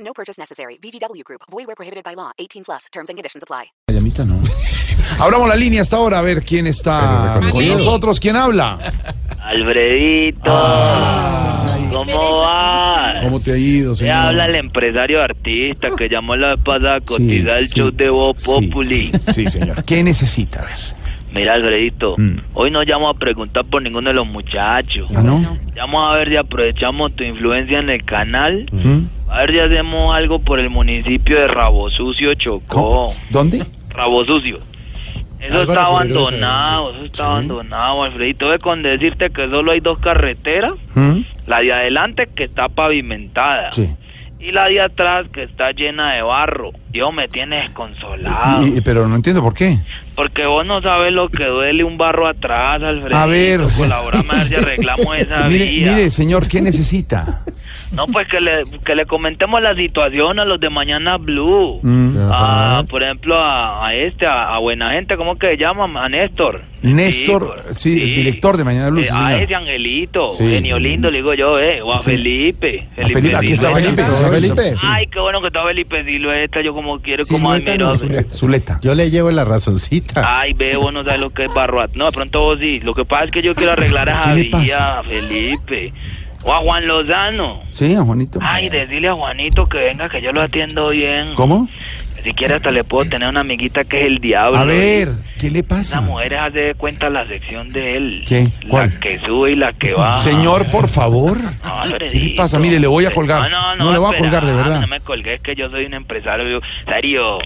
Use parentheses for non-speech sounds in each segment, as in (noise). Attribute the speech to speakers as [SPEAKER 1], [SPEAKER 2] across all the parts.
[SPEAKER 1] No purchase necessary. VGW Group. Void where prohibited by law. 18 plus. Terms and conditions apply.
[SPEAKER 2] Llamita no.
[SPEAKER 3] Abramos la línea hasta ahora a ver quién está con nosotros, quién habla.
[SPEAKER 4] Alfredito, ¿cómo vas?
[SPEAKER 2] Ah. ¿Cómo te ha ido,
[SPEAKER 4] Te
[SPEAKER 2] señor?
[SPEAKER 4] habla el empresario artista que llamó la vez pasada a
[SPEAKER 2] Sí,
[SPEAKER 4] cotizar el
[SPEAKER 2] sí,
[SPEAKER 4] show de Voz
[SPEAKER 2] sí,
[SPEAKER 4] Populi.
[SPEAKER 2] Sí, sí, señor.
[SPEAKER 3] ¿Qué necesita? A ver.
[SPEAKER 4] Mira, Alfredito,
[SPEAKER 2] Mm.
[SPEAKER 4] hoy no llamo a preguntar por ninguno de los muchachos.
[SPEAKER 2] ¿Ah, no?
[SPEAKER 4] Llamo a ver si aprovechamos tu influencia en el canal.
[SPEAKER 3] ¿Mm?
[SPEAKER 4] A ver si hacemos algo por el municipio de Rabosucio, Chocó.
[SPEAKER 3] ¿Cómo? ¿Dónde?
[SPEAKER 4] Rabosucio. Eso
[SPEAKER 2] Álvaro
[SPEAKER 4] está
[SPEAKER 2] Forero,
[SPEAKER 4] abandonado,
[SPEAKER 2] ese,
[SPEAKER 4] eso está
[SPEAKER 2] sí.
[SPEAKER 4] abandonado, Alfredito. Ve con decirte que solo hay dos carreteras.
[SPEAKER 3] ¿Mm?
[SPEAKER 4] La de adelante que está pavimentada.
[SPEAKER 2] Sí.
[SPEAKER 4] Y la de atrás que está llena de barro. Dios me tiene desconsolado.
[SPEAKER 3] Y- eh, y- pero no entiendo por qué.
[SPEAKER 4] Porque vos no sabes lo que duele un barro atrás, Alfredo.
[SPEAKER 3] A ver.
[SPEAKER 4] Colaborame a ver si
[SPEAKER 3] (laughs)
[SPEAKER 4] arreglamos esa
[SPEAKER 3] Mire,
[SPEAKER 4] vía.
[SPEAKER 3] mire, señor, ¿qué
[SPEAKER 4] (laughs)
[SPEAKER 3] necesita?
[SPEAKER 4] No, pues que le, que le comentemos la situación a los de Mañana Blue.
[SPEAKER 3] Mm.
[SPEAKER 4] Ah, por ejemplo, a, a este, a, a Buena Gente, ¿cómo que se llama? A Néstor.
[SPEAKER 3] Néstor, sí, el director de Mañana Blue,
[SPEAKER 4] Eh,
[SPEAKER 3] sí,
[SPEAKER 4] a
[SPEAKER 3] señor.
[SPEAKER 4] ese Angelito,
[SPEAKER 3] Sí.
[SPEAKER 4] genio lindo, le digo yo, eh. O a
[SPEAKER 3] Sí.
[SPEAKER 4] Felipe.
[SPEAKER 3] A Felipe, aquí está
[SPEAKER 4] Silvestre.
[SPEAKER 3] Felipe.
[SPEAKER 2] Silvestre.
[SPEAKER 3] Felipe.
[SPEAKER 2] Sí.
[SPEAKER 4] Ay, qué bueno que está Felipe Silueta, yo como quiero, como
[SPEAKER 2] Silueta
[SPEAKER 4] admiro.
[SPEAKER 2] no,
[SPEAKER 4] a-
[SPEAKER 2] Zuleta.
[SPEAKER 3] Zuleta.
[SPEAKER 2] Yo le llevo la razoncita.
[SPEAKER 4] Ay, ve, vos no sabes lo que es barroat. No, de pronto vos sí. Lo que pasa es que yo quiero arreglar a
[SPEAKER 3] ¿Qué le
[SPEAKER 4] Javier,
[SPEAKER 3] pasa?
[SPEAKER 4] a Felipe, o a Juan Lozano.
[SPEAKER 3] Sí, a Juanito.
[SPEAKER 4] Ay, decirle a Juanito que venga, que yo lo atiendo bien.
[SPEAKER 3] ¿Cómo?
[SPEAKER 4] Si quiere hasta le puedo tener una amiguita que es el diablo.
[SPEAKER 3] A ver, ¿qué le
[SPEAKER 4] Esa
[SPEAKER 3] pasa?
[SPEAKER 4] mujer hace de cuenta la sección de él.
[SPEAKER 3] ¿Qué?
[SPEAKER 4] La
[SPEAKER 3] ¿Cuál?
[SPEAKER 4] que sube y la que baja.
[SPEAKER 3] Señor, por favor.
[SPEAKER 4] No,
[SPEAKER 3] ¿Qué le pasa? Mire, le voy a colgar.
[SPEAKER 4] No, no, no.
[SPEAKER 3] No le voy a
[SPEAKER 4] espera,
[SPEAKER 3] colgar, de verdad.
[SPEAKER 4] No me colgué, es que yo soy un empresario. yo- Serio.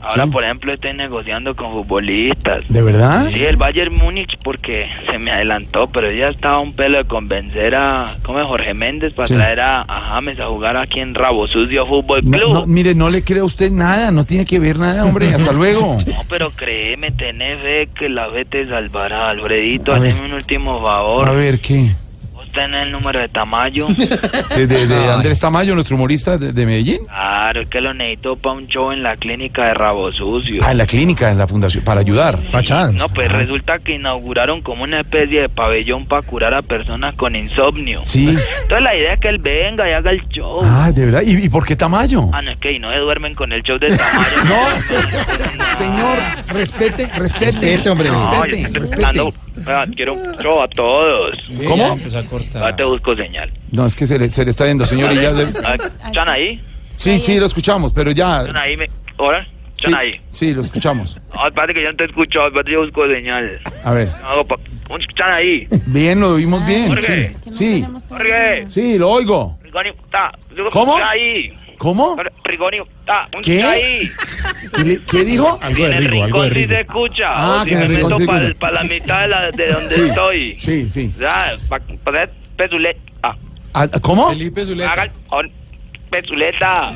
[SPEAKER 4] Ahora,
[SPEAKER 3] ¿Sí?
[SPEAKER 4] por ejemplo, estoy negociando con futbolistas.
[SPEAKER 3] ¿De verdad?
[SPEAKER 4] Sí, el Bayern Múnich porque se me adelantó, pero ya estaba un pelo de convencer a ¿cómo es? Jorge Méndez para
[SPEAKER 3] Sí.
[SPEAKER 4] traer a, a James a jugar aquí en Rabosucio Fútbol
[SPEAKER 3] No,
[SPEAKER 4] Club.
[SPEAKER 3] no, mire, no le cree a usted nada, no tiene que ver nada, hombre.
[SPEAKER 4] (laughs)
[SPEAKER 3] Hasta luego.
[SPEAKER 4] No, pero créeme, tenés fe que la fe te salvará. Alfredito,
[SPEAKER 3] A ver.
[SPEAKER 4] hazme un último
[SPEAKER 3] A
[SPEAKER 4] favor.
[SPEAKER 3] ver, ¿qué?
[SPEAKER 4] ¿Vos tenés el número de Tamayo?
[SPEAKER 3] (laughs) De, de- de Andrés Tamayo, nuestro humorista de, de Medellín.
[SPEAKER 4] claro, es que lo necesito para un show en la clínica de Rabosucio.
[SPEAKER 3] Ah, en la clínica, en la fundación, para ayudar.
[SPEAKER 2] Pachán.
[SPEAKER 4] No,
[SPEAKER 3] ah.
[SPEAKER 4] pues resulta que inauguraron como una especie de pabellón para curar a personas con insomnio.
[SPEAKER 3] Sí.
[SPEAKER 4] Entonces la idea es que él venga y haga el show.
[SPEAKER 3] Ah, de verdad. ¿Y, y por qué Tamayo?
[SPEAKER 4] Ah, no, es que y no se duermen con el show
[SPEAKER 3] (laughs)
[SPEAKER 4] de Tamayo.
[SPEAKER 3] Señor, respete, respete. hombre,
[SPEAKER 4] No, yo estoy pensando, ah, quiero un show a todos.
[SPEAKER 3] ¿Cómo?
[SPEAKER 4] Ahora te busco señal.
[SPEAKER 3] No, es que se le, se le está yendo, señor. y ya le-
[SPEAKER 4] Ah, ¿Están ahí?
[SPEAKER 3] Sí, sí, lo escuchamos, pero
[SPEAKER 4] ¿Están
[SPEAKER 3] ya.
[SPEAKER 4] ahí? me- ¿Ahora?
[SPEAKER 3] Sí,
[SPEAKER 4] ¿Están ahí?
[SPEAKER 3] sí, lo escuchamos.
[SPEAKER 4] Ah, espérate que yo no te escucho, espérate yo busco señal.
[SPEAKER 3] A ver.
[SPEAKER 4] Hago pa- ¿Están ahí?
[SPEAKER 3] Bien, lo oímos bien.
[SPEAKER 4] Jorge.
[SPEAKER 3] Sí, sí,
[SPEAKER 4] Jorge,
[SPEAKER 3] sí, lo oigo.
[SPEAKER 4] Rigoni, está.
[SPEAKER 3] ¿Cómo?
[SPEAKER 4] ¿Están ahí?
[SPEAKER 3] ¿Cómo?
[SPEAKER 4] Rigoni, está.
[SPEAKER 3] ¿Qué?
[SPEAKER 4] ahí?
[SPEAKER 3] ¿Qué, le- qué dijo?
[SPEAKER 4] Y en el rincón sí se escucha.
[SPEAKER 3] Ah,
[SPEAKER 4] o si
[SPEAKER 3] que en
[SPEAKER 4] me
[SPEAKER 3] el rincón
[SPEAKER 4] meto
[SPEAKER 3] sí
[SPEAKER 4] para
[SPEAKER 3] escucha.
[SPEAKER 4] la mitad de, la, de donde
[SPEAKER 3] Sí,
[SPEAKER 4] estoy.
[SPEAKER 3] Sí, sí.
[SPEAKER 4] Ya, para hacer pezuleta.
[SPEAKER 3] Ah, ¿Cómo?
[SPEAKER 4] Hagan on- pezuleta.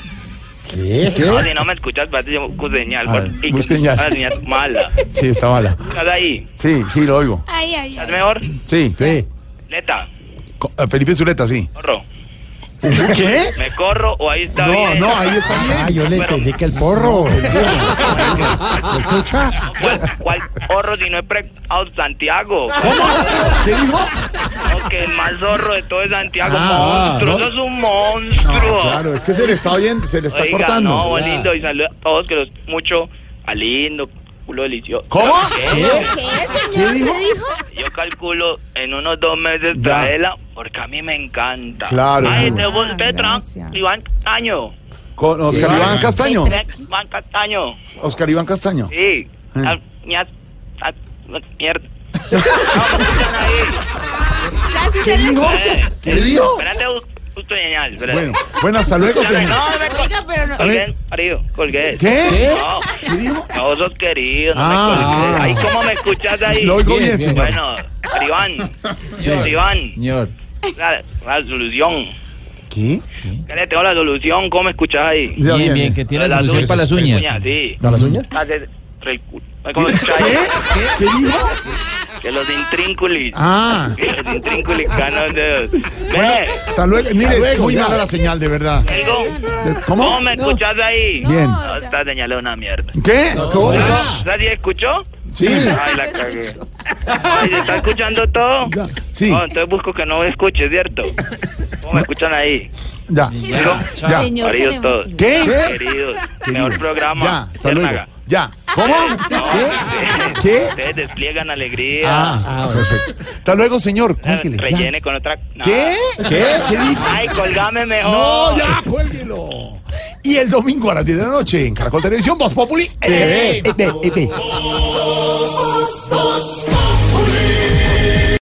[SPEAKER 4] No, si no me escuchas, vas a decir, busco señal.
[SPEAKER 3] A ver,
[SPEAKER 4] porque-
[SPEAKER 3] busca señal.
[SPEAKER 4] Ah, señal mala.
[SPEAKER 3] Sí, está mala.
[SPEAKER 4] ¿Estás ahí?
[SPEAKER 3] Sí, sí, lo oigo.
[SPEAKER 5] Ay, ay,
[SPEAKER 4] ¿Estás
[SPEAKER 5] ay.
[SPEAKER 4] mejor?
[SPEAKER 3] Sí. Sí.
[SPEAKER 4] Leta,
[SPEAKER 3] Felipe Zuleta, sí.
[SPEAKER 4] corro.
[SPEAKER 3] ¿Qué?
[SPEAKER 4] ¿Me corro o ahí está
[SPEAKER 3] No,
[SPEAKER 4] bien?
[SPEAKER 3] no, ahí está bien.
[SPEAKER 2] Ah, yo le entendí que el porro.
[SPEAKER 3] escucha?
[SPEAKER 4] ¿Cuál, cuál zorro si no es pre a Santiago?
[SPEAKER 3] ¿Qué dijo?
[SPEAKER 4] No, que el más zorro de todo es Santiago.
[SPEAKER 2] Ah,
[SPEAKER 4] monstruo,
[SPEAKER 2] no.
[SPEAKER 4] sos un monstruo.
[SPEAKER 2] es que se le está oyendo, se le
[SPEAKER 4] Oiga, no, vos lindo. Y saluda a todos que los mucho. A lindo, culo delicioso.
[SPEAKER 3] ¿Cómo?
[SPEAKER 4] ¿Qué?
[SPEAKER 5] ¿Qué, señor? ¿Qué dijo?
[SPEAKER 4] Yo calculo en unos dos meses traerla porque a mí me encanta.
[SPEAKER 2] Claro.
[SPEAKER 4] Ay,
[SPEAKER 2] Claro.
[SPEAKER 4] te vos,
[SPEAKER 5] Ah,
[SPEAKER 4] Petra,
[SPEAKER 5] gracias.
[SPEAKER 4] Iván Caño.
[SPEAKER 3] Con Oscar
[SPEAKER 2] Sí.
[SPEAKER 3] Iván Castaño.
[SPEAKER 5] Petra.
[SPEAKER 4] Iván Castaño.
[SPEAKER 3] Oscar Iván Castaño.
[SPEAKER 4] Sí.
[SPEAKER 3] Ah.
[SPEAKER 4] Ah, ñas, ah, Mierda. Vamos, escuchan ahí.
[SPEAKER 5] Casi se le
[SPEAKER 4] Eh,
[SPEAKER 3] ¿Qué dijo?
[SPEAKER 4] Espérate, bus- busco señal. espérate.
[SPEAKER 3] Bueno, bueno, hasta luego,
[SPEAKER 4] Espérate,
[SPEAKER 3] señor.
[SPEAKER 4] No, me col-
[SPEAKER 5] Oiga, pero no.
[SPEAKER 4] colgué, marido, colgué.
[SPEAKER 3] ¿Qué?
[SPEAKER 4] No,
[SPEAKER 3] ¿Qué dijo?
[SPEAKER 4] no, sos querido, no
[SPEAKER 3] Ah,
[SPEAKER 4] me colgué.
[SPEAKER 3] ah.
[SPEAKER 4] Ay, ¿cómo me escuchas ahí?
[SPEAKER 3] Lo oigo bien, señor.
[SPEAKER 4] Bueno, Iván, Iván,
[SPEAKER 3] Señor.
[SPEAKER 4] la, la solución.
[SPEAKER 2] ¿Qué?
[SPEAKER 4] Ya le tengo la solución, ¿cómo escuchás ahí?
[SPEAKER 3] Ya,
[SPEAKER 6] Bien, bien, que tiene la solución para las uñas.
[SPEAKER 4] sí.
[SPEAKER 2] ¿A las uñas?
[SPEAKER 4] Hace re- ¿Cómo escuchás ahí?
[SPEAKER 2] ¿Qué dijo?
[SPEAKER 4] Que los intrínculis.
[SPEAKER 3] Ah,
[SPEAKER 4] Que los intrínculis ganan dedos. Ve,
[SPEAKER 3] hasta luego. Mire,
[SPEAKER 2] luego,
[SPEAKER 3] muy
[SPEAKER 2] ya.
[SPEAKER 3] mala la señal, de verdad.
[SPEAKER 4] Elgo,
[SPEAKER 3] ¿Cómo?
[SPEAKER 4] ¿cómo me escuchás ahí?
[SPEAKER 3] Bien.
[SPEAKER 4] No, esta señal es una mierda.
[SPEAKER 3] ¿Qué? ¿Cómo?
[SPEAKER 4] ¿Nadie escuchó?
[SPEAKER 3] Sí.
[SPEAKER 4] Ay, la cagué. Ay, ¿se está escuchando todo?
[SPEAKER 3] Sí.
[SPEAKER 4] No, entonces busco que no
[SPEAKER 3] (laughs)
[SPEAKER 4] escuche, ¿cierto? ¿Cómo me escuchan ahí?
[SPEAKER 3] Ya. Ya.
[SPEAKER 5] Señor,
[SPEAKER 4] Queridos
[SPEAKER 5] tenemos-
[SPEAKER 4] todos.
[SPEAKER 3] ¿Qué?
[SPEAKER 4] Queridos. Mejor programa.
[SPEAKER 3] Ya, hasta luego.
[SPEAKER 4] Ciérnaga.
[SPEAKER 3] Ya. ¿Cómo?
[SPEAKER 4] No,
[SPEAKER 3] ¿Qué?
[SPEAKER 4] ustedes-
[SPEAKER 3] ¿Qué?
[SPEAKER 4] Ustedes despliegan alegría.
[SPEAKER 3] Ah, perfecto. Hasta luego, señor.
[SPEAKER 4] Eh,
[SPEAKER 3] Cuélguele, ya.
[SPEAKER 4] rellene con otra. no.
[SPEAKER 3] ¿Qué? ¿Qué? ¿Qué dijo?
[SPEAKER 4] Ay, colgame mejor.
[SPEAKER 3] No, ya, cuélguelo. Y el domingo a las 10 de la noche Eh, en Caracol Televisión, Voz Populi. TV.
[SPEAKER 7] Ete, ete.